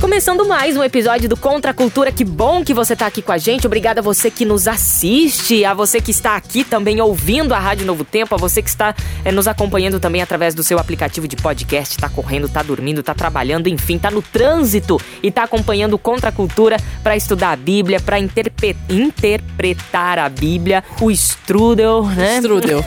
Começando mais um episódio do Contra a Cultura. Que bom que você está aqui com a gente. Obrigada a você que nos assiste, a você que está aqui também ouvindo a Rádio Novo Tempo, a você que está eh, nos acompanhando também através do seu aplicativo de podcast. Está correndo, está dormindo, está trabalhando, enfim, está no trânsito e está acompanhando o Contra a Cultura para estudar a Bíblia, para interpretar a Bíblia, o Strudel, É? né? Strudel.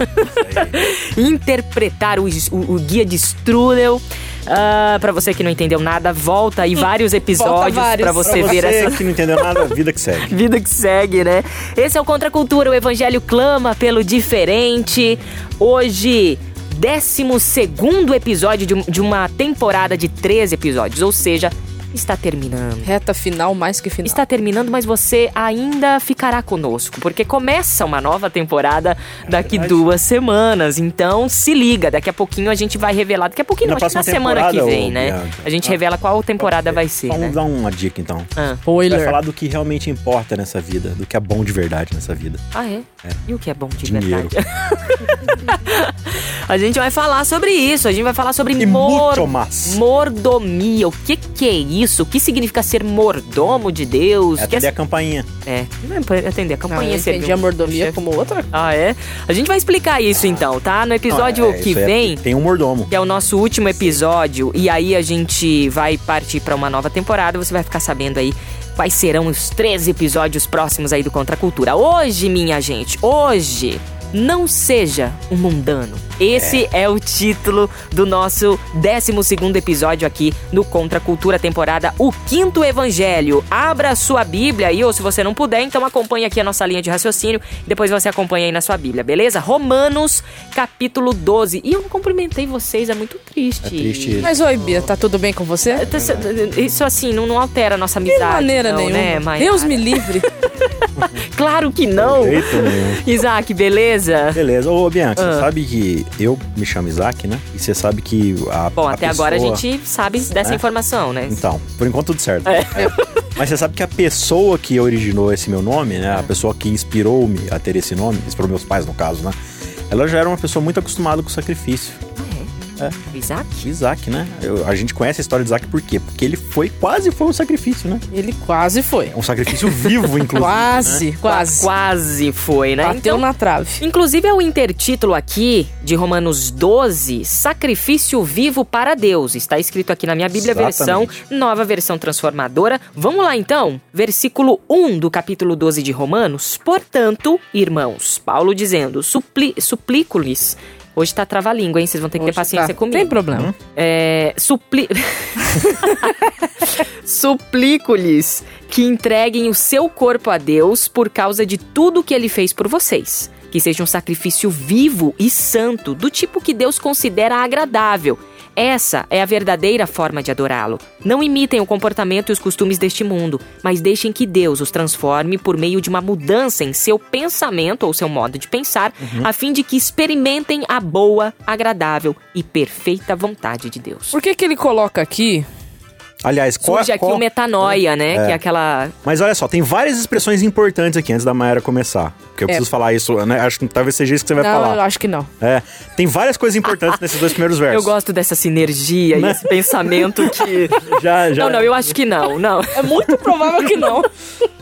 interpretar o, o- o guia de Strudel. Ah, pra você que não entendeu nada, volta aí vários episódios vários. pra você pra ver você essa que não entendeu nada, vida que segue. vida que segue, né? Esse é o Contra a Cultura, o Evangelho clama pelo diferente. Hoje, 12 episódio de, um- de uma temporada de 13 episódios, ou seja, está terminando. Reta final, mais que final. Está terminando, mas você ainda ficará conosco, porque começa uma nova temporada daqui verdade. duas semanas. Então se liga, daqui a pouquinho a gente vai revelar. Daqui a pouquinho, Na não, acho que na próxima semana que temporada, vem, ô, né? Bianca. A gente revela qual temporada vai ser, Só né? vamos dar uma dica então. Ah, Vai Spoiler. falar do que realmente importa nessa vida, do que é bom de verdade nessa vida. ah, é? E o que é bom de Dinheiro. verdade? a gente vai falar sobre isso. A gente vai falar sobre E mor muito mais. mordomia. O que, que é isso? O que significa ser mordomo de Deus? É Que atender a campainha. É, não é atender a Não, eu campanha. serviu Ah, entendi a mordomia como outra. Ah, é? A gente vai explicar isso então, tá? No episódio é, que isso aí é- vem, tem um mordomo. que é o nosso último episódio, e aí a gente vai partir pra uma nova temporada, você vai ficar sabendo aí quais serão os 13 episódios próximos aí do Contra a Cultura. Hoje, minha gente, hoje. Não seja um mundano. Esse é, o título do nosso 12 episódio aqui no Contra a Cultura temporada O Quinto Evangelho. Abra a sua Bíblia aí, ou se você não puder, então acompanhe aqui a nossa linha de raciocínio. Depois você acompanha aí na sua Bíblia, beleza? Romanos, capítulo 12. E eu não cumprimentei vocês, é muito triste. É triste. Mas oi, Bia, tá tudo bem com É você? Isso assim, não, não altera a nossa De amizade. maneira não, nenhuma. Né, Maynara? Deus me livre. Claro que não. De jeito nenhum. Isaac, beleza? Beleza. Ô, Bianca, Ah. você sabe que eu me chamo Isaac, né? E você sabe que a. Bom, a até agora a pessoa- gente sabe dessa Né? informação, né? Então, por enquanto tudo certo. É. Mas você sabe que a pessoa que originou esse meu nome, né? A pessoa que inspirou-me a ter esse nome, inspirou meus pais, no caso, né? Ela já era uma pessoa muito acostumada com sacrifício. Isaac? De Isaac, né? Eu- a gente conhece a história de Isaac por quê? Porque ele foi, quase foi um sacrifício, né? Ele quase foi. É um sacrifício vivo, inclusive. né? Quase, quase. Quase foi, né? Bateu então? na trave. Inclusive, é o intertítulo aqui de Romanos 12, Sacrifício Vivo para Deus. Está escrito aqui na minha Bíblia, versão, Exatamente. nova versão transformadora. Vamos lá então, versículo 1 do capítulo 12 de Romanos. Portanto, irmãos, Paulo dizendo, supli- suplico-lhes. Hoje tá trava-língua, hein? Vocês vão ter que ter Hoje paciência tá. comigo. Tem problema. É, supli... Suplico-lhes que entreguem o seu corpo a Deus por causa de tudo que ele fez por vocês. Que seja um sacrifício vivo e santo, do tipo que Deus considera agradável. Essa é a verdadeira forma de adorá-lo. Não imitem o comportamento e os costumes deste mundo, mas deixem que Deus os transforme por meio de uma mudança em seu pensamento ou seu modo de pensar, Uhum. a fim de que experimentem a boa, agradável e perfeita vontade de Deus. Por que que ele coloca aqui? Aliás, qual, é- Surge aqui um qual... o metanoia, né? Que é aquela. Mas olha só, tem várias expressões importantes aqui antes da Mayara começar. Porque eu É. preciso falar isso, né? Acho que talvez seja isso que você vai não, eu falar. acho que não. É, tem várias coisas importantes nesses dois primeiros versos. Eu gosto dessa sinergia e esse pensamento que. Já, Né? Ah, já. Não, não, eu acho que não, não. É muito provável que não.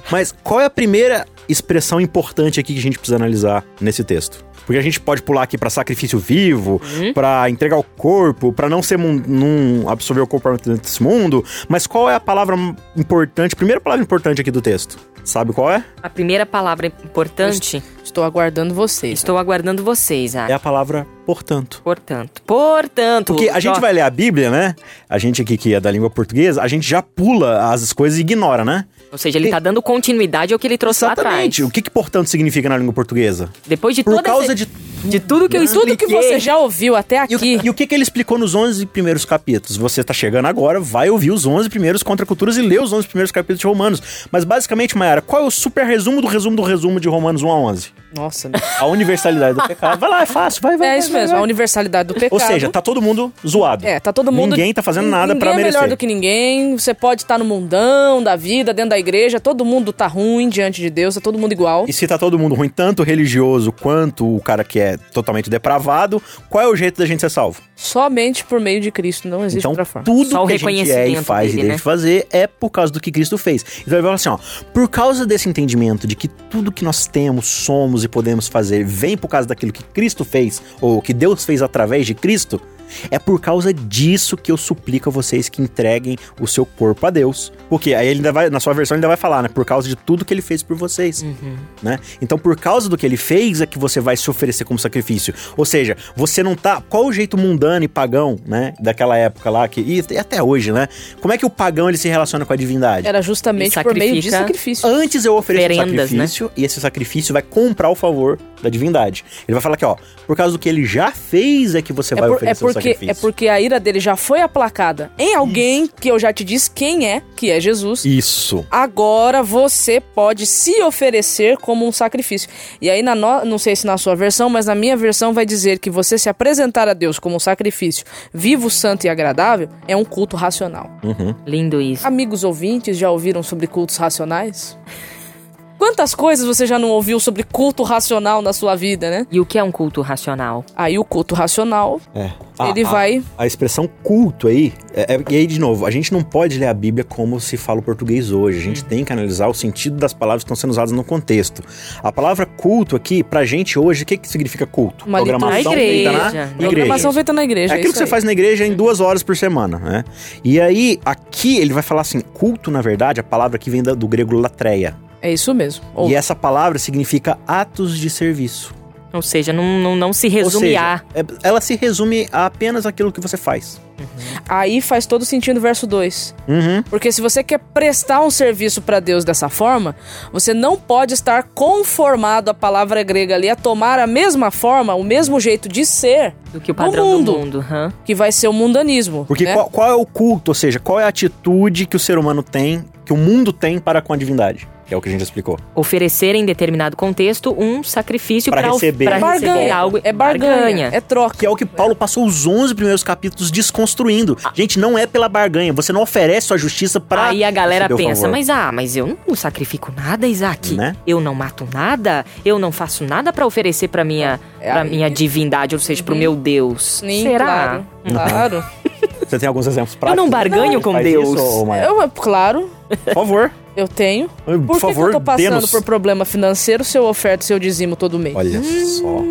Mas qual é a primeira expressão importante aqui que a gente precisa analisar nesse texto? Porque a gente pode pular aqui pra sacrifício vivo, Uhum. pra entregar o corpo, pra não ser mun- não absorver o corpo desse mundo. Mas qual é a palavra importante, primeira palavra importante aqui do texto? Sabe qual é? A primeira palavra importante, Estou aguardando vocês. estou aguardando vocês, É Isaac. a palavra portanto. Portanto. Portanto. Porque a gente ó, vai ler a Bíblia, né? A gente aqui que é da língua portuguesa, a gente já pula as coisas e ignora, né? Ou seja, ele tá dando continuidade ao que ele trouxe Exatamente. lá O atrás. que, que portanto significa na língua portuguesa? Depois de Por toda causa essa- de. de tudo que eu Tudo que expliquei. você já ouviu até E o, aqui. e o que, que ele explicou nos 11 primeiros capítulos? Você tá chegando agora, vai ouvir os 11 primeiros contraculturas e lê os 11 primeiros capítulos de Romanos. Mas basicamente, Mayara, qual é o super resumo do resumo do resumo de Romanos 1 a 11? Nossa, meu. A universalidade do pecado. Vai lá, é fácil, vai, vai. É vai, isso vai, mesmo, vai. a universalidade do pecado. Ou seja, tá todo mundo zoado. É, tá todo mundo. Ninguém tá fazendo nada Ninguém pra merecer. é melhor do que ninguém. Você pode estar no mundão da vida, dentro da igreja, todo mundo tá ruim diante de Deus, é todo mundo igual. E se tá todo mundo ruim, tanto o religioso quanto o cara que é totalmente depravado, qual é o jeito da gente ser salvo? Somente por meio de Cristo, não existe Então, outra forma. Só tudo o que a gente é e reconhecimento faz dele, e deixa né? de fazer é por causa do que Cristo fez. Então ele fala assim, ó, por causa desse entendimento de que tudo que nós temos, somos e podemos fazer vem por causa daquilo que Cristo fez, ou que Deus fez através de Cristo, é por causa disso que eu suplico a vocês que entreguem o seu corpo a Deus. Porque aí ele ainda vai, na sua versão ele ainda vai falar, né? Por causa de tudo que ele fez por vocês Uhum. né? Então, por causa do que ele fez, é que você vai se oferecer como sacrifício. Ou seja, você não tá. Qual o jeito mundano e pagão, né? Daquela época lá, que. E até hoje, né? Como é que o pagão ele se relaciona com a divindade? Era E justamente por sacrifica- meio de sacrifício. É Antes eu ofereço um Oferendas, né? sacrifício e esse sacrifício vai comprar o favor da divindade. Ele vai falar que, ó, por causa do que ele já fez é que você É, vai por- é oferecer o porque, sacrifício. é porque a ira dele já foi aplacada em alguém que eu já te disse quem é, que é Jesus. Isso. Agora você pode se oferecer como um sacrifício. E aí, na no- não sei se na sua versão, mas na minha versão vai dizer que você se apresentar a Deus como um sacrifício vivo, santo e agradável é um culto racional. Lindo isso. Amigos ouvintes, já ouviram sobre cultos racionais? Quantas coisas você já não ouviu sobre culto racional na sua vida, né? E o que é um culto racional? Aí o culto racional, É. ele A- a- vai. A expressão culto aí, é- é- e aí de novo, a gente não pode ler a Bíblia como se fala o português hoje. A gente tem que analisar o sentido das palavras que estão sendo usadas no contexto. A palavra culto aqui, pra gente hoje, o que, que significa culto? Uma programação feita liturgia. na Igreja. igreja. Programação feita na igreja. É é aquilo isso que você aí. faz na igreja em duas horas por semana, né? E aí, aqui ele vai falar assim, culto, na verdade, é a palavra que vem da- do grego latreia. É isso mesmo. Ou E essa palavra significa atos de serviço. Ou seja, não, não, não se Ou resume seja, a. é- ela se resume a apenas aquilo que você faz. Aí faz todo sentido o verso 2. Uhum. Porque se você quer prestar um serviço pra Deus dessa forma, você não pode estar conformado à palavra grega ali, a tomar a mesma forma, o mesmo jeito de ser, Do que o o padrão mundo. do mundo. hã? que vai ser o mundanismo. Porque né? qual, qual é o culto, ou seja, qual é a atitude que o ser humano tem, que o mundo tem para com a divindade? Que é o que a gente explicou. Oferecer em determinado contexto um sacrifício Pra para receber. Pra barganha. receber algo. É barganha, É troca. Que é o que Paulo passou os 11 primeiros capítulos desconstruindo. Gente, não é pela barganha. Você não oferece sua justiça para. Ah. Aí a galera receber o pensa, favor. mas ah, mas eu não sacrifico nada, Isaac. Né? Eu não mato nada, eu não faço nada pra oferecer pra minha, É, pra aí- minha divindade, ou seja, pro meu Deus. Sim, Será? Claro. claro. Você tem alguns exemplos práticos? Eu não barganho Você com faz Deus. Isso, ô, Maia? Eu, claro, Por favor. eu tenho. Por, Por, que favor, que eu tô passando dê-nos. por problema financeiro se eu oferto seu dizimo todo mês? Olha só.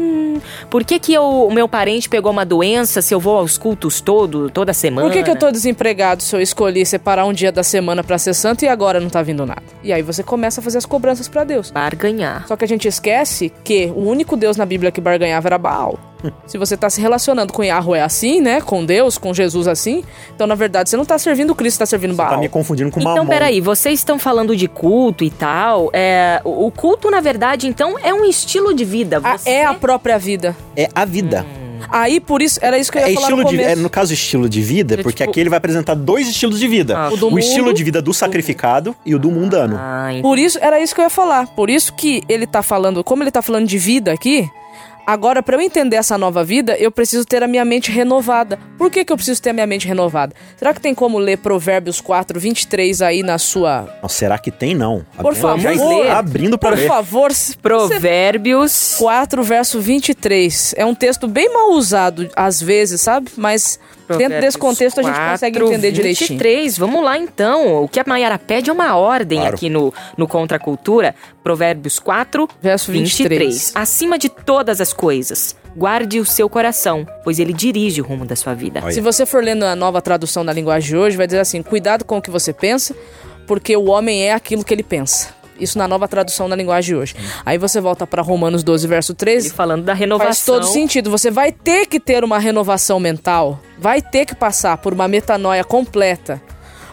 Por que, que eu- o meu parente pegou uma doença se eu vou aos cultos todo, toda semana? Por que, que eu tô desempregado se eu escolhi separar um dia da semana pra ser santo e agora não tá vindo nada? E aí você começa a fazer as cobranças pra Deus. Barganhar. Só que a gente esquece que o único Deus na Bíblia que barganhava era Baal. Se você tá se relacionando com Yahweh assim, né? Com Deus, com Jesus assim, então na verdade você não tá servindo Cristo, você tá servindo Tá Baal. me confundindo com Então, mamão. peraí, vocês estão falando de culto e tal. É, o o culto, na verdade, então, é um estilo de vida. A- Você- é a própria vida. É a vida. Hum. Aí por isso, era isso que eu ia É falar estilo no de, começo. é, no caso estilo de vida, É, porque tipo- aqui ele vai apresentar dois estilos de vida. Ah, O do o estilo mundo- de vida do sacrificado e o do mundano. Ah, en- Por isso, era isso que eu ia falar. Por isso que ele tá falando, como ele tá falando de vida aqui, agora pra eu entender essa nova vida, eu preciso ter a minha mente renovada. Por que que eu preciso ter a minha mente renovada? Será que tem como ler Provérbios 4, 23 aí na sua... Nossa, será que tem, não? A Por Bíblia já favor. está abrindo pra Por ver. favor, se- Provérbios. 4, verso 23. É um texto bem mal usado, às vezes, sabe? Mas dentro desse contexto a gente consegue entender direitinho. 23, vamos lá então. O que a Mayara pede é uma ordem Claro. aqui no, no Contra a Cultura. Provérbios 4, Verso 23. 23. Acima de todas as coisas, guarde o seu coração, pois ele dirige o rumo da sua vida. Olha. Se você for lendo a nova tradução da linguagem de hoje, vai dizer assim: cuidado com o que você pensa, porque o homem é aquilo que ele pensa. Isso na nova tradução da linguagem de hoje. Hum. Aí você volta para Romanos 12, verso 13. Ele falando da Faz renovação. todo sentido. Você vai ter que ter uma renovação mental. Vai ter que passar por uma metanoia completa.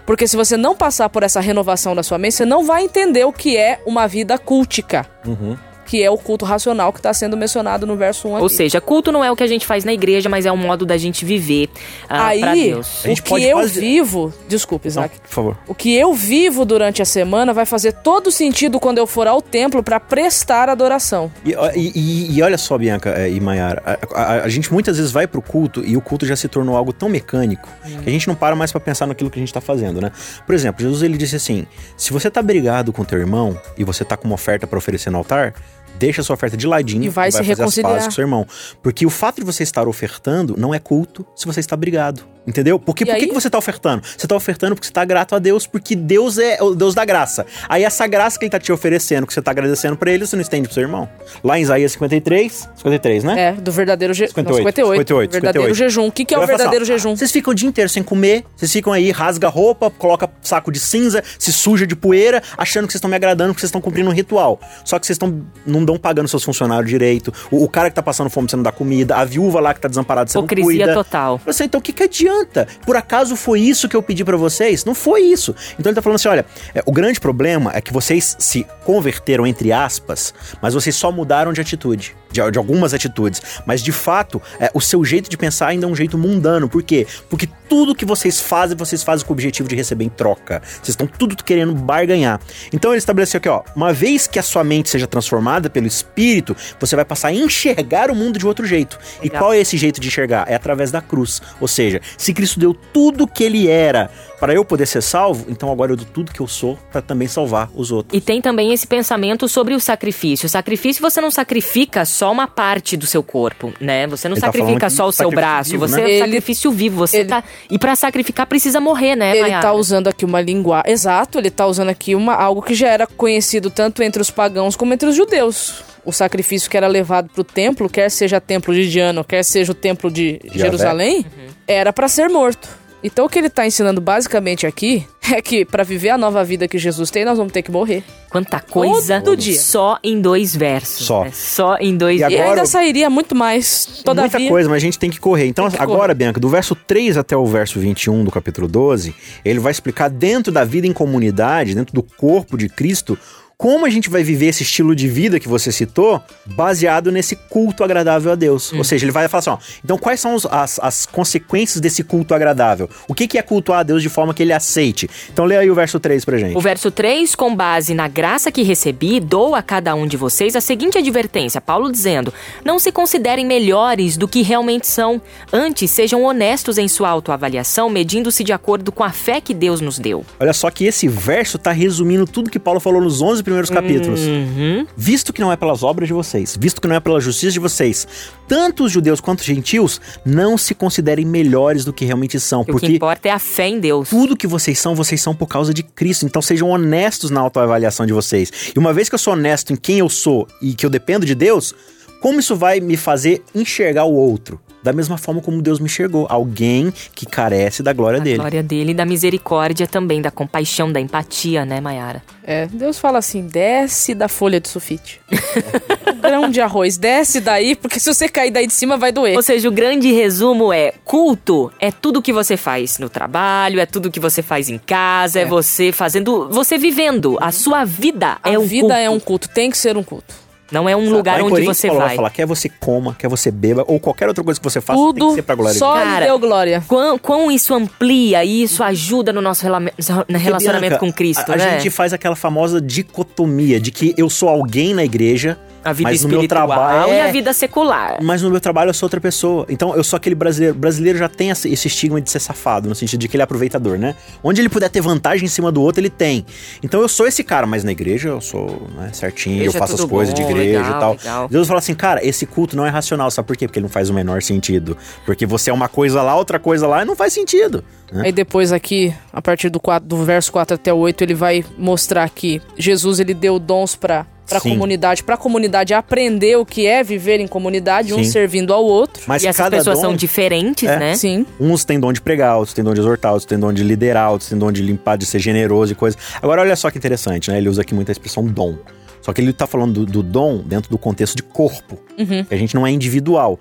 Porque se você não passar por essa renovação da sua mente, você não vai entender o que é uma vida cultica. Uhum. Que é o culto racional que está sendo mencionado no verso 1 aqui. Ou seja, culto não é o que a gente faz na igreja, mas é um modo da gente viver ah, pra Aí, Deus. A gente o que pode eu fazer- vivo... Desculpe, Não, Isaac. por favor. O que eu vivo durante a semana vai fazer todo sentido quando eu for ao templo para prestar adoração. E, e- e- e olha só, Bianca eh, e Maiara, a, a- a gente muitas vezes vai pro culto e o culto já se tornou algo tão mecânico que a gente não para mais pra pensar naquilo que a gente tá fazendo, né? Por exemplo, Jesus ele disse assim: se você tá brigado com teu irmão e você tá com uma oferta pra oferecer no altar, deixa a sua oferta de ladinho E vai se fazer as reconciliar. pazes com seu irmão. Porque o fato de você estar ofertando não é culto se você está brigado. Entendeu? Porque E por que aí? que você tá ofertando? Você tá ofertando porque você tá grato a Deus, porque Deus é o Deus da graça. Aí essa graça que ele tá te oferecendo, que você tá agradecendo pra ele, você não estende pro seu irmão. Lá em Isaías 53, 53, né? É, do verdadeiro jejum. 58, 58. 58, verdadeiro 58. jejum. O que, que é o Vai falar assim, verdadeiro ó, jejum? Vocês ficam o dia inteiro sem comer, vocês ficam aí, rasga a roupa, coloca saco de cinza, se suja de poeira, achando que vocês estão me agradando, que vocês estão cumprindo um ritual. Só que vocês estão não estão pagando seus funcionários direito, o, o cara que tá passando fome você não dá comida, a viúva lá que tá desamparada você não Hipocrisia cuida. total. Você, então o que, que adianta? Por acaso foi isso que eu pedi pra vocês? Não foi isso. Então ele tá falando assim: olha, é, o grande problema é que vocês se converteram, entre aspas, mas vocês só mudaram de atitude, de, de algumas atitudes. Mas de fato, é, o seu jeito de pensar ainda é um jeito mundano. Por quê? Porque tudo que vocês fazem, vocês fazem com o objetivo de receber em troca. Vocês estão tudo querendo barganhar. Então ele estabeleceu aqui, ó, uma vez que a sua mente seja transformada pelo espírito, você vai passar a enxergar o mundo de outro jeito. E Legal. qual é esse jeito de enxergar? É através da cruz. Ou seja, se Cristo deu tudo que ele era para eu poder ser salvo, então agora eu dou tudo que eu sou para também salvar os outros. E tem também esse pensamento sobre o sacrifício. O sacrifício você não sacrifica só uma parte do seu corpo, né? Você não Ele tá sacrifica falando que só o seu sacrifício braço, vivo, você né? é um Ele- sacrifício vivo, você ele- tá E pra sacrificar precisa morrer, né? Ele Maiara? tá usando aqui uma linguagem. Exato, ele tá usando aqui uma, algo que já era conhecido tanto entre os pagãos como entre os judeus. O sacrifício que era levado pro templo, quer seja templo de Diano, quer seja o templo de Javé. Jerusalém, Uhum. era pra ser morto. Então o que ele tá ensinando basicamente aqui é que pra viver a nova vida que Jesus tem, nós vamos ter que morrer. Quanta coisa Todo dia. só em dois versos. Só. né? Só em dois E E Agora- ainda sairia muito mais Muita todavia. coisa, mas a gente tem que correr. Então, Tem que agora, correr. Bianca, do verso 3 até o verso 21 do capítulo 12, ele vai explicar dentro da vida em comunidade, dentro do corpo de Cristo, como a gente vai viver esse estilo de vida que você citou, baseado nesse culto agradável a Deus. Uhum. Ou seja, ele vai falar assim: ó, então quais são os- as, as consequências desse culto agradável? O que, que é cultuar a Deus de forma que ele aceite? Então, lê aí o verso 3 pra gente. O verso 3, com base na graça que recebi, dou a cada um de vocês a seguinte advertência: Paulo dizendo, não se considerem melhores do que realmente são. Antes, sejam honestos em sua autoavaliação, medindo-se de acordo com a fé que Deus nos deu. Olha só que esse verso tá resumindo tudo que Paulo falou nos 11 primeiros capítulos. Uhum. Visto que não é pelas obras de vocês, visto que não é pela justiça de vocês, tanto os judeus quanto os gentios não se considerem melhores do que realmente são, O que porque importa é a fé em Deus. tudo que vocês são, vocês são por causa de Cristo. Então sejam honestos na autoavaliação de vocês. E uma vez que eu sou honesto em quem eu sou e que eu dependo de Deus, como isso vai me fazer enxergar o outro? Da mesma forma como Deus me enxergou, alguém que carece da glória A é dele. glória dele e da misericórdia também, da compaixão, da empatia, né, Mayara? É, Deus fala assim: desce da folha de sulfite. O grão de arroz, desce daí, porque se você cair daí de cima vai doer. Ou seja, o grande resumo é: culto é tudo que você faz no trabalho, é tudo que você faz em casa, é, você fazendo, você vivendo. A sua vida A é um vida culto. é um culto, tem que ser um culto. Não é um lugar Lá em onde Coríntios, você Paulo vai. falar, quer você coma, quer você beba, ou qualquer outra coisa que você faça, tem que Tudo ser pra glória só de Né? Cara, lhe deu glória. Quão, quão isso amplia e isso ajuda no nosso relame- no Deus. relacionamento Bianca, com Cristo, a, né? A gente faz aquela famosa dicotomia de que eu sou alguém na igreja, A vida mas no meu espiritual trabalho... e é, a vida secular. Mas no meu trabalho eu sou outra pessoa. Então eu sou aquele brasileiro. Brasileiro já tem esse esse estigma de ser safado, no sentido de que ele é aproveitador, né? Onde ele puder ter vantagem em cima do outro, ele tem. Então eu sou esse cara, mas na igreja eu sou né, certinho, eu Igreja é faço as tudo coisas de bom, igreja legal, e tal. legal. Deus fala assim, cara, esse culto não é racional. Sabe por quê? Porque ele não faz o menor sentido. Porque você é uma coisa lá, outra coisa lá, e não faz sentido. né? Aí depois aqui, a partir do, 4, do verso 4 até o 8, ele vai mostrar que Jesus ele deu dons pra pra Sim. comunidade, pra comunidade aprender o que é viver em comunidade, um Sim. servindo ao outro. Mas e essas cada pessoas são dom- diferentes, É. né? Sim. Uns têm dom de pregar, outros têm dom de exortar, outros têm dom de liderar, outros têm dom de limpar, de ser generoso e coisa. Agora, olha só que interessante, né? Ele usa aqui muita expressão dom. Só que ele tá falando do, do dom dentro do contexto de corpo. Que a gente não é individual.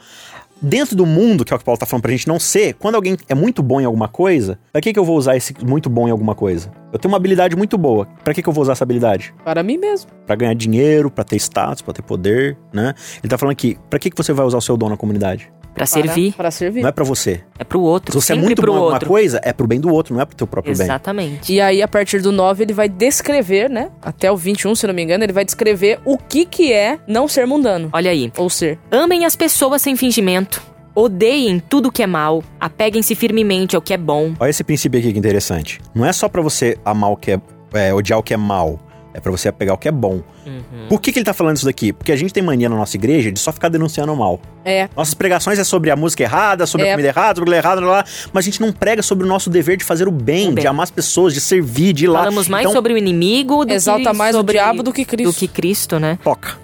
Dentro do mundo, que é o que o Paulo tá falando pra gente não ser, quando alguém é muito bom em alguma coisa, pra que, que eu vou usar esse muito bom em alguma coisa? Eu tenho uma habilidade muito boa. Pra que, que eu vou usar essa habilidade? Para mim mesmo. Pra ganhar dinheiro, pra ter status, pra ter poder, né? Ele tá falando aqui, pra que, que você vai usar o seu dom na comunidade? Pra servir, Para, para servir. Não é pra você. é pro outro. Se você é sempre muito pro bom em alguma outro. coisa, é pro bem do outro, não é pro teu próprio bem. Exatamente. E aí, a partir do 9, ele vai descrever, né? Até o 21, se eu não me engano, ele vai descrever o que que é não ser mundano. Olha aí. Ou ser. Amem as pessoas sem fingimento. Odeiem tudo que é mal. Apeguem-se firmemente ao que é bom. Olha esse princípio aqui que interessante. Não é só pra você amar o que é, é, odiar o que é mal. É pra você pegar o que é bom. Uhum. Por que, que ele tá falando isso daqui? Porque a gente tem mania na nossa igreja de só ficar denunciando o mal. É. Nossas pregações é sobre a música errada, sobre É. a comida errada, sobre a errada, blá, blá, blá, mas a gente não prega sobre o nosso dever de fazer o bem, O bem. de amar as pessoas, de servir, de ir lá. Falamos mais então, sobre o inimigo do Exalta que mais o sobre diabo do que Cristo. do que Cristo, né? Toca.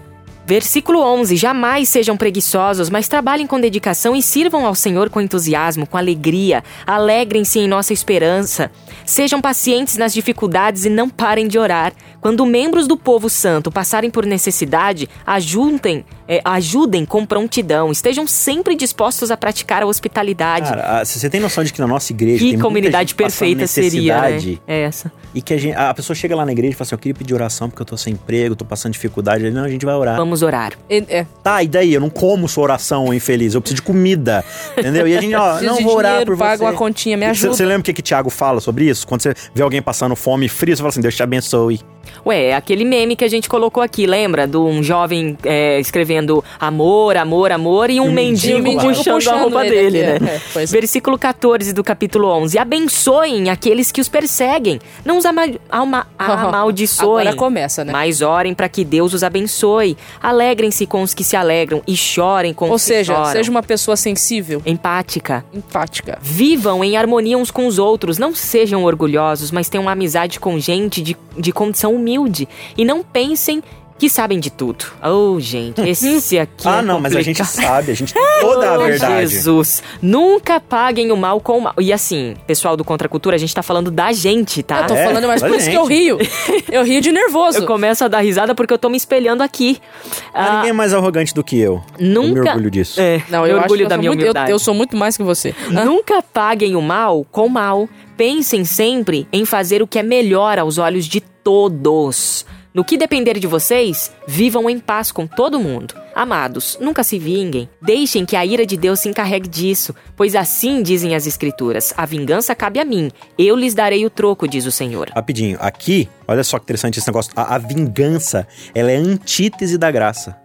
Versículo 11: Jamais sejam preguiçosos, mas trabalhem com dedicação e sirvam ao Senhor com entusiasmo, com alegria. Alegrem-se em nossa esperança. Sejam pacientes nas dificuldades e não parem de orar. Quando membros do povo santo passarem por necessidade, ajuntem, eh, ajudem com prontidão. Estejam sempre dispostos a praticar a hospitalidade. Cara, a- você tem noção de que na nossa igreja que tem muita comunidade gente passando perfeita seria, né? necessidade É essa. E que a, gente- a pessoa chega lá na igreja e fala assim, eu queria pedir oração porque eu tô sem emprego, tô passando dificuldade. Ele, não, a gente vai orar. Vamos orar. E- É. Tá, e daí? Eu não como sua oração, ô infeliz. Eu preciso de comida. Entendeu? E a gente, ó, Preciso não de vou orar dinheiro, por você. paga uma continha, me Cê- ajuda. Você lembra o que, que Tiago fala sobre isso? Quando você vê alguém passando fome e frio, você fala assim, Deus te abençoe. Ué, é aquele meme que a gente colocou aqui, lembra? De um jovem é, escrevendo amor, amor, amor e um, mendigo, mendigo lá. puxando, a puxando roupa ele dele, aqui, né? é, é, pois é. Versículo 14 do capítulo 11. Abençoem aqueles que os perseguem, não os ama ama- amaldiçoem. Agora começa, né? Mas orem para que Deus os abençoe. Alegrem-se com os que se alegram e chorem com Ou os que seja, choram. seja uma pessoa sensível, empática. empática. Vivam em harmonia uns com os outros, não sejam orgulhosos, mas tenham amizade com gente de, de condição humilde. E não pensem que sabem de tudo. Oh, gente, esse aqui. ah, é não, mas a gente complicado. sabe, a gente toda a Oh, verdade. Jesus, nunca paguem o mal com o mal. E assim, pessoal do Contra a Cultura, a gente tá falando da gente, tá? Eu tô É, falando, mas por olha, isso que gente. eu rio. Eu rio de nervoso. Eu começo a dar risada porque eu tô me espelhando aqui. Ah, Ah, ninguém é mais arrogante do que eu. nunca. Eu me orgulho disso. É, Não, me eu acho que orgulho eu da sou minha muito- eu- humildade. eu sou muito mais que você. Nunca paguem o mal com mal. Pensem sempre em fazer o que é melhor aos olhos de todos. No que depender de vocês, vivam em paz com todo mundo. Amados, nunca se vinguem. Deixem que a ira de Deus se encarregue disso, pois assim dizem as Escrituras: a vingança cabe a mim, eu lhes darei o troco, diz o Senhor. Rapidinho, aqui, olha só que interessante esse negócio. A, a vingança, ela é a antítese da graça.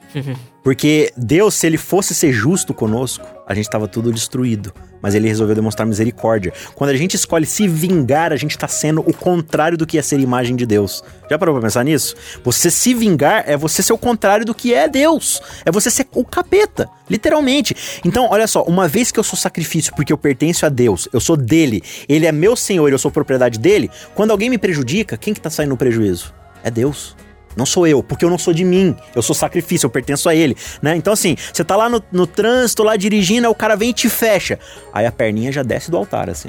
Porque Deus, se ele fosse ser justo conosco, a gente tava tudo destruído. Mas ele resolveu demonstrar misericórdia. Quando a gente escolhe se vingar, a gente tá sendo o contrário do que é ser imagem de Deus. Já parou pra pensar nisso? Você se vingar é você ser o contrário do que é Deus. É você ser o capeta, literalmente. Então, olha só, uma vez que eu sou sacrifício porque eu pertenço a Deus, eu sou dele, ele é meu senhor, eu sou propriedade dele, quando alguém me prejudica, quem que tá saindo no prejuízo? É Deus. Não sou eu, porque eu não sou de mim. Eu sou sacrifício, eu pertenço a ele, né? Então, assim, você tá lá no, no trânsito, lá dirigindo, aí o cara vem e te fecha. Aí a perninha já desce do altar, assim.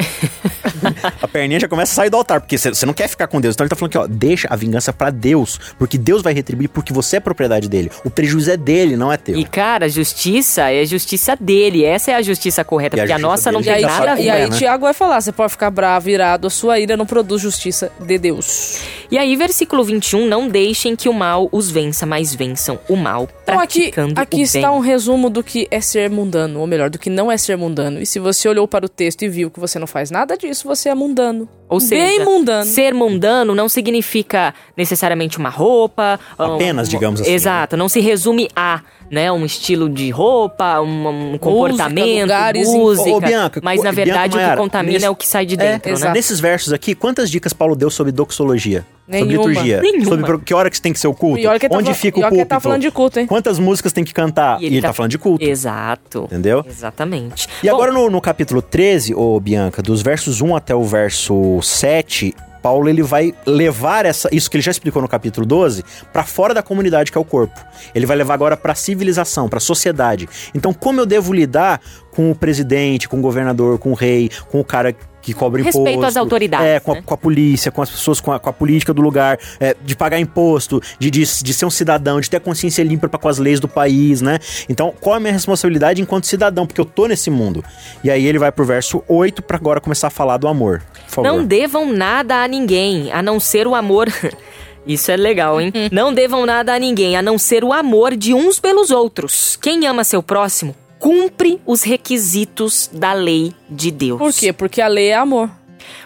a perninha já começa a sair do altar, porque você você não quer ficar com Deus. Então ele tá falando aqui, ó, deixa a vingança pra Deus, porque Deus vai retribuir, porque você é propriedade dele. O prejuízo é dele, não é teu. E cara, justiça é justiça dele. Essa é a justiça correta, E a porque a justiça nossa não dele E aí, tem já nada a sabe ver. Ah, e aí né? Tiago vai falar: você pode ficar bravo, irado, a sua ira não produz justiça de Deus. E aí, versículo 21, não deixem que o mal os vença, mas vençam o mal Então aqui, praticando aqui o está bem. um resumo do que é ser mundano, ou melhor, do que não é ser mundano. E se você olhou para o texto e viu que você não faz nada disso, você é mundano. Ou seja, bem mundano. ser mundano não significa necessariamente uma roupa. Apenas, um- digamos assim, Exato, não se resume a né, um estilo de roupa, um, um comportamento, lugares, música. em- Ô, ô, Bianca, mas, na ô, Bianca verdade, o que Maiara, contamina nesse- é o que sai de dentro, É, né? exato. Nesses versos aqui, quantas dicas Paulo deu sobre doxologia? Nenhuma. Sobre liturgia? Nenhuma. Sobre pro- que hora que você tem que ser o culto? E olha que ele tá onde fal- fica e o olha que culto? ele tá falando de culto, hein? Quantas músicas tem que cantar? E ele, tá, falando de culto. Exato. Entendeu? Exatamente. um E agora no, no capítulo 13, ô Bianca, dos versos 1 até o verso 7, Paulo ele vai levar essa, isso que ele já explicou no capítulo 12 para fora da comunidade que é o corpo. Ele vai levar agora para a civilização, para a sociedade. Então, como eu devo lidar com o presidente, com o governador, com o rei, com o cara que cobra Respeito imposto. às autoridades, É, com, a, né? com a polícia, com as pessoas, com a, com a política do lugar, é, de pagar imposto, de, de, de ser um cidadão, de ter a consciência limpa pra com as leis do país, né? Então, qual é a minha responsabilidade enquanto cidadão? Porque eu tô nesse mundo. E aí ele vai pro verso 8 pra agora começar a falar do amor. Por favor. Não devam nada a ninguém, a não ser o amor. Isso é legal, hein? Uhum. Não devam nada a ninguém, a não ser o amor de uns pelos outros. Quem ama seu próximo cumpre os requisitos da lei de Deus. Por quê? Porque a lei é amor.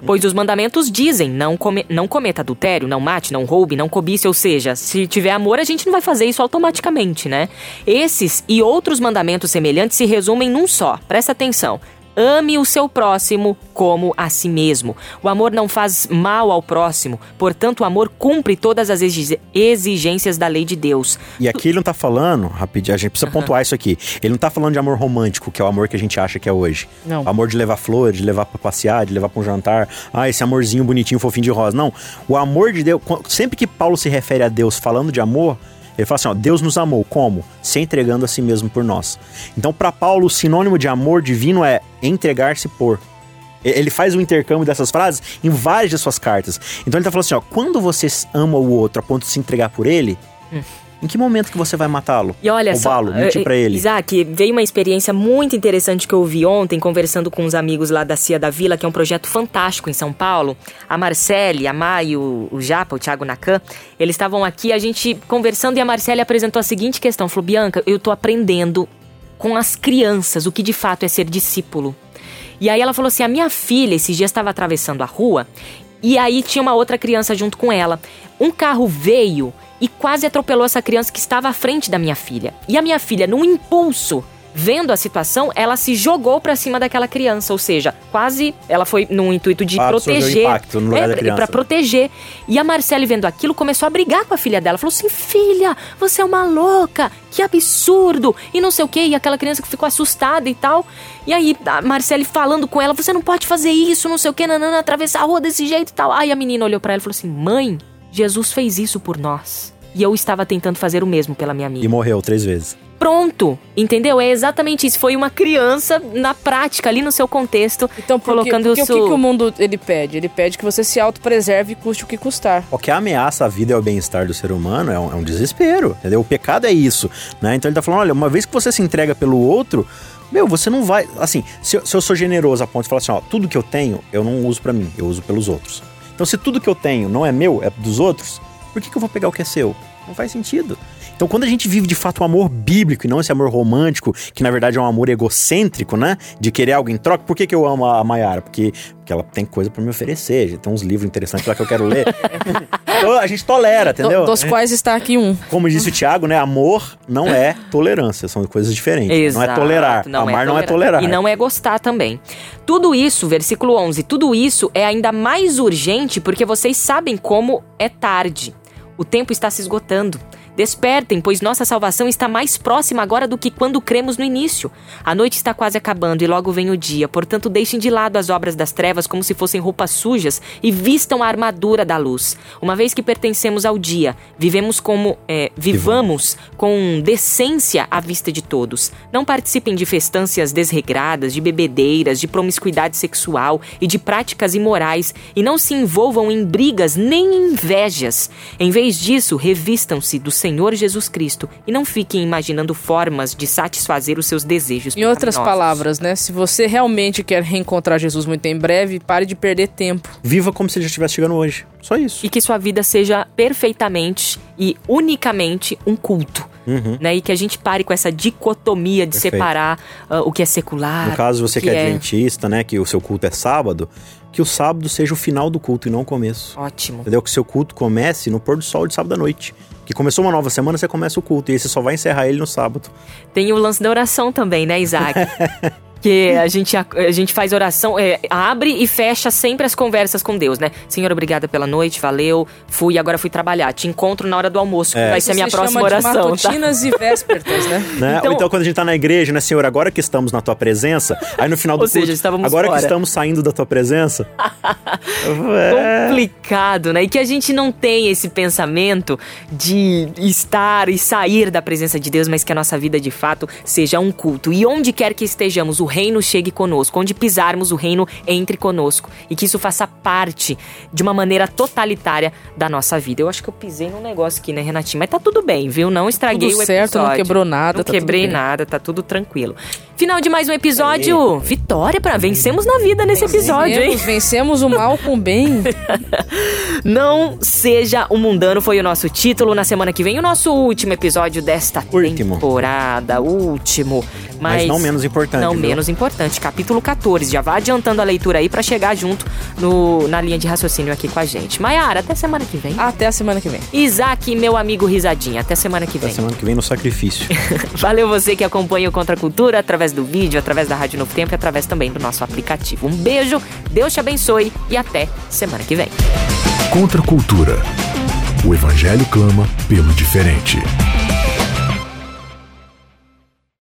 Pois os mandamentos dizem: não, come- não cometa adultério, não mate, não roube, não cobice. Ou seja, se tiver amor, a gente não vai fazer isso automaticamente, né? Esses e outros mandamentos semelhantes se resumem num só. Presta atenção. Ame o seu próximo como a si mesmo. O amor não faz mal ao próximo, portanto, o amor cumpre todas as exige- exigências da lei de Deus. E aqui ele não tá falando, rapidinho, a gente precisa pontuar isso aqui. Ele não tá falando de amor romântico, que é o amor que a gente acha que é hoje. Não. Amor de levar flor, de levar pra passear, de levar pra um jantar. Ah, esse amorzinho bonitinho, fofinho de rosa. Não. O amor de Deus, quan- sempre que Paulo se refere a Deus falando de amor, ele fala assim, ó, Deus nos amou. Como? Se entregando a si mesmo por nós. Então, pra Paulo, o sinônimo de amor divino é entregar-se por. E- Ele faz um intercâmbio dessas frases em várias de suas cartas. Então ele tá falando assim, ó, quando você ama o outro a ponto de se entregar por ele, em que momento que você vai matá-lo? Hum. E olha só. Roubá-lo, mentir eh, pra ele. Isaac, veio uma experiência muito interessante que eu vi ontem, conversando com uns amigos lá da Cia da Vila, que é um projeto fantástico em São Paulo. A Marcele, a Mai, o, o Japa, o Thiago Nakan, eles estavam aqui, a gente conversando e a Marcele apresentou a seguinte questão: falou, Bianca, eu tô aprendendo com as crianças o que de fato é ser discípulo. E aí ela falou assim: a minha filha esses dias estava atravessando a rua e aí tinha uma outra criança junto com ela. Um carro veio e quase atropelou essa criança que estava à frente da minha filha. E a minha filha, num impulso, vendo a situação, ela se jogou pra cima daquela criança, ou seja, quase ela foi num intuito de Ah, absorveu o proteger, é, impacto no lugar da pra- criança. pra proteger. E a Marcele vendo aquilo começou a brigar com a filha dela, falou assim: "Filha, você é uma louca, que absurdo!" E não sei o quê, e aquela criança que ficou assustada e tal. E aí a Marcele falando com ela: "Você não pode fazer isso, não sei o quê, nanana, atravessar a rua desse jeito e tal". Aí a menina olhou pra ela e falou assim: "Mãe, Jesus fez isso por nós." E eu estava tentando fazer o mesmo pela minha amiga. E morreu três vezes. Pronto, entendeu? É exatamente isso. Foi uma criança na prática, ali no seu contexto, Então, porque, colocando porque o seu... o que, que o mundo ele pede? Ele pede que você se autopreserve e custe o que custar. Qualquer ameaça à vida e ao bem-estar do ser humano é um, é um desespero, entendeu? O pecado é isso, né? Então ele tá falando, olha, uma vez que você se entrega pelo outro, meu, você não vai... Assim, se, eu- se eu sou generoso a ponto de falar assim, ó, tudo que eu tenho, eu não uso pra mim, eu uso pelos outros. Então se tudo que eu tenho não é meu, é dos outros, por que, que eu vou pegar o que é seu? Não faz sentido. Então, quando a gente vive de fato um amor bíblico e não esse amor romântico, que na verdade é um amor egocêntrico, né? De querer algo em troca. Por que, que eu amo a Mayara? Porque, porque ela tem coisa pra me oferecer. já Tem uns livros interessantes lá que eu quero ler. Então, a gente tolera, Do- entendeu? dos quais está aqui um. Como disse o Thiago, né? Amor não é tolerância. São coisas diferentes. Não é Exato, tolerar. não Amar não é tolerar. E não é gostar também. Tudo isso, versículo 11, tudo isso é ainda mais urgente porque vocês sabem como é tarde. O tempo está se esgotando. Despertem, pois nossa salvação está mais próxima agora do que quando cremos no início. A noite está quase acabando e logo vem o dia, portanto, deixem de lado as obras das trevas como se fossem roupas sujas e vistam a armadura da luz. Uma vez que pertencemos ao dia, vivemos como. é, vivamos com decência à vista de todos. Não participem de festâncias desregradas, de bebedeiras, de promiscuidade sexual e de práticas imorais, e não se envolvam em brigas nem em invejas. Em vez disso, revistam-se do Senhor Jesus Cristo e não fiquem imaginando formas de satisfazer os seus desejos. Em outras pecaminosos. palavras, né? Se você realmente quer reencontrar Jesus muito em breve, pare de perder tempo. Viva como se ele já estivesse chegando hoje. Só isso. E que sua vida seja perfeitamente e unicamente um culto. Né? E que a gente pare com essa dicotomia de Uhum. Perfeito. separar ah, o que é secular. No caso, você que, que é é- adventista, né? Que o seu culto é sábado. Que o sábado seja o final do culto e não o começo. Ótimo. Entendeu? Que seu culto comece no pôr do sol de sábado à noite. Que começou uma nova semana, você começa o culto. E aí você só vai encerrar ele no sábado. Tem o lance da oração também, né, Isaac? Porque a gente, a, a gente faz oração, é, abre e fecha sempre as conversas com Deus, né? Senhor, obrigada pela noite, valeu, fui, agora fui trabalhar. Te encontro na hora do almoço, que É. vai ser é a minha Isso se próxima chama De oração. Tá? matutinas e véspertas, né? Né? Então- Ou então quando a gente tá na igreja, né, Senhor, agora que estamos na tua presença, aí no final do Ou seja, culto, estávamos agora fora. que estamos saindo da tua presença. é, Complicado, né? E que a gente não tem esse pensamento de estar e sair da presença de Deus, mas que a nossa vida de fato seja um culto. E onde quer que estejamos, o reino chegue conosco. Onde pisarmos, o reino entre conosco. E que isso faça parte de uma maneira totalitária da nossa vida. Eu acho que eu pisei num negócio aqui, né, Renatinho? Mas tá tudo bem, viu? Não estraguei Tudo o certo, não episódio. quebrou nada, Não tá tudo quebrei bem. nada, tá tudo tranquilo. Final de mais um episódio. Vitória pra vencemos na vida nesse episódio, hein? Vencemos, vencemos o mal com o bem. Não seja um mundano foi o nosso título na semana que vem, o nosso último episódio desta Último. temporada, último, mas, Mas não menos importante, Não viu? menos importante, capítulo 14. Já vá adiantando a leitura aí pra chegar junto no, na linha de raciocínio aqui com a gente. Maiara, até semana que vem. Até a semana que vem. Isaac, meu amigo risadinha, até semana que da vem. semana que vem no sacrifício. Valeu você que acompanha o Contra a Cultura através do vídeo, através da Rádio Novo Tempo e através também do nosso aplicativo. Um beijo, Deus te abençoe e até semana que vem. Contra a cultura. O evangelho clama pelo diferente.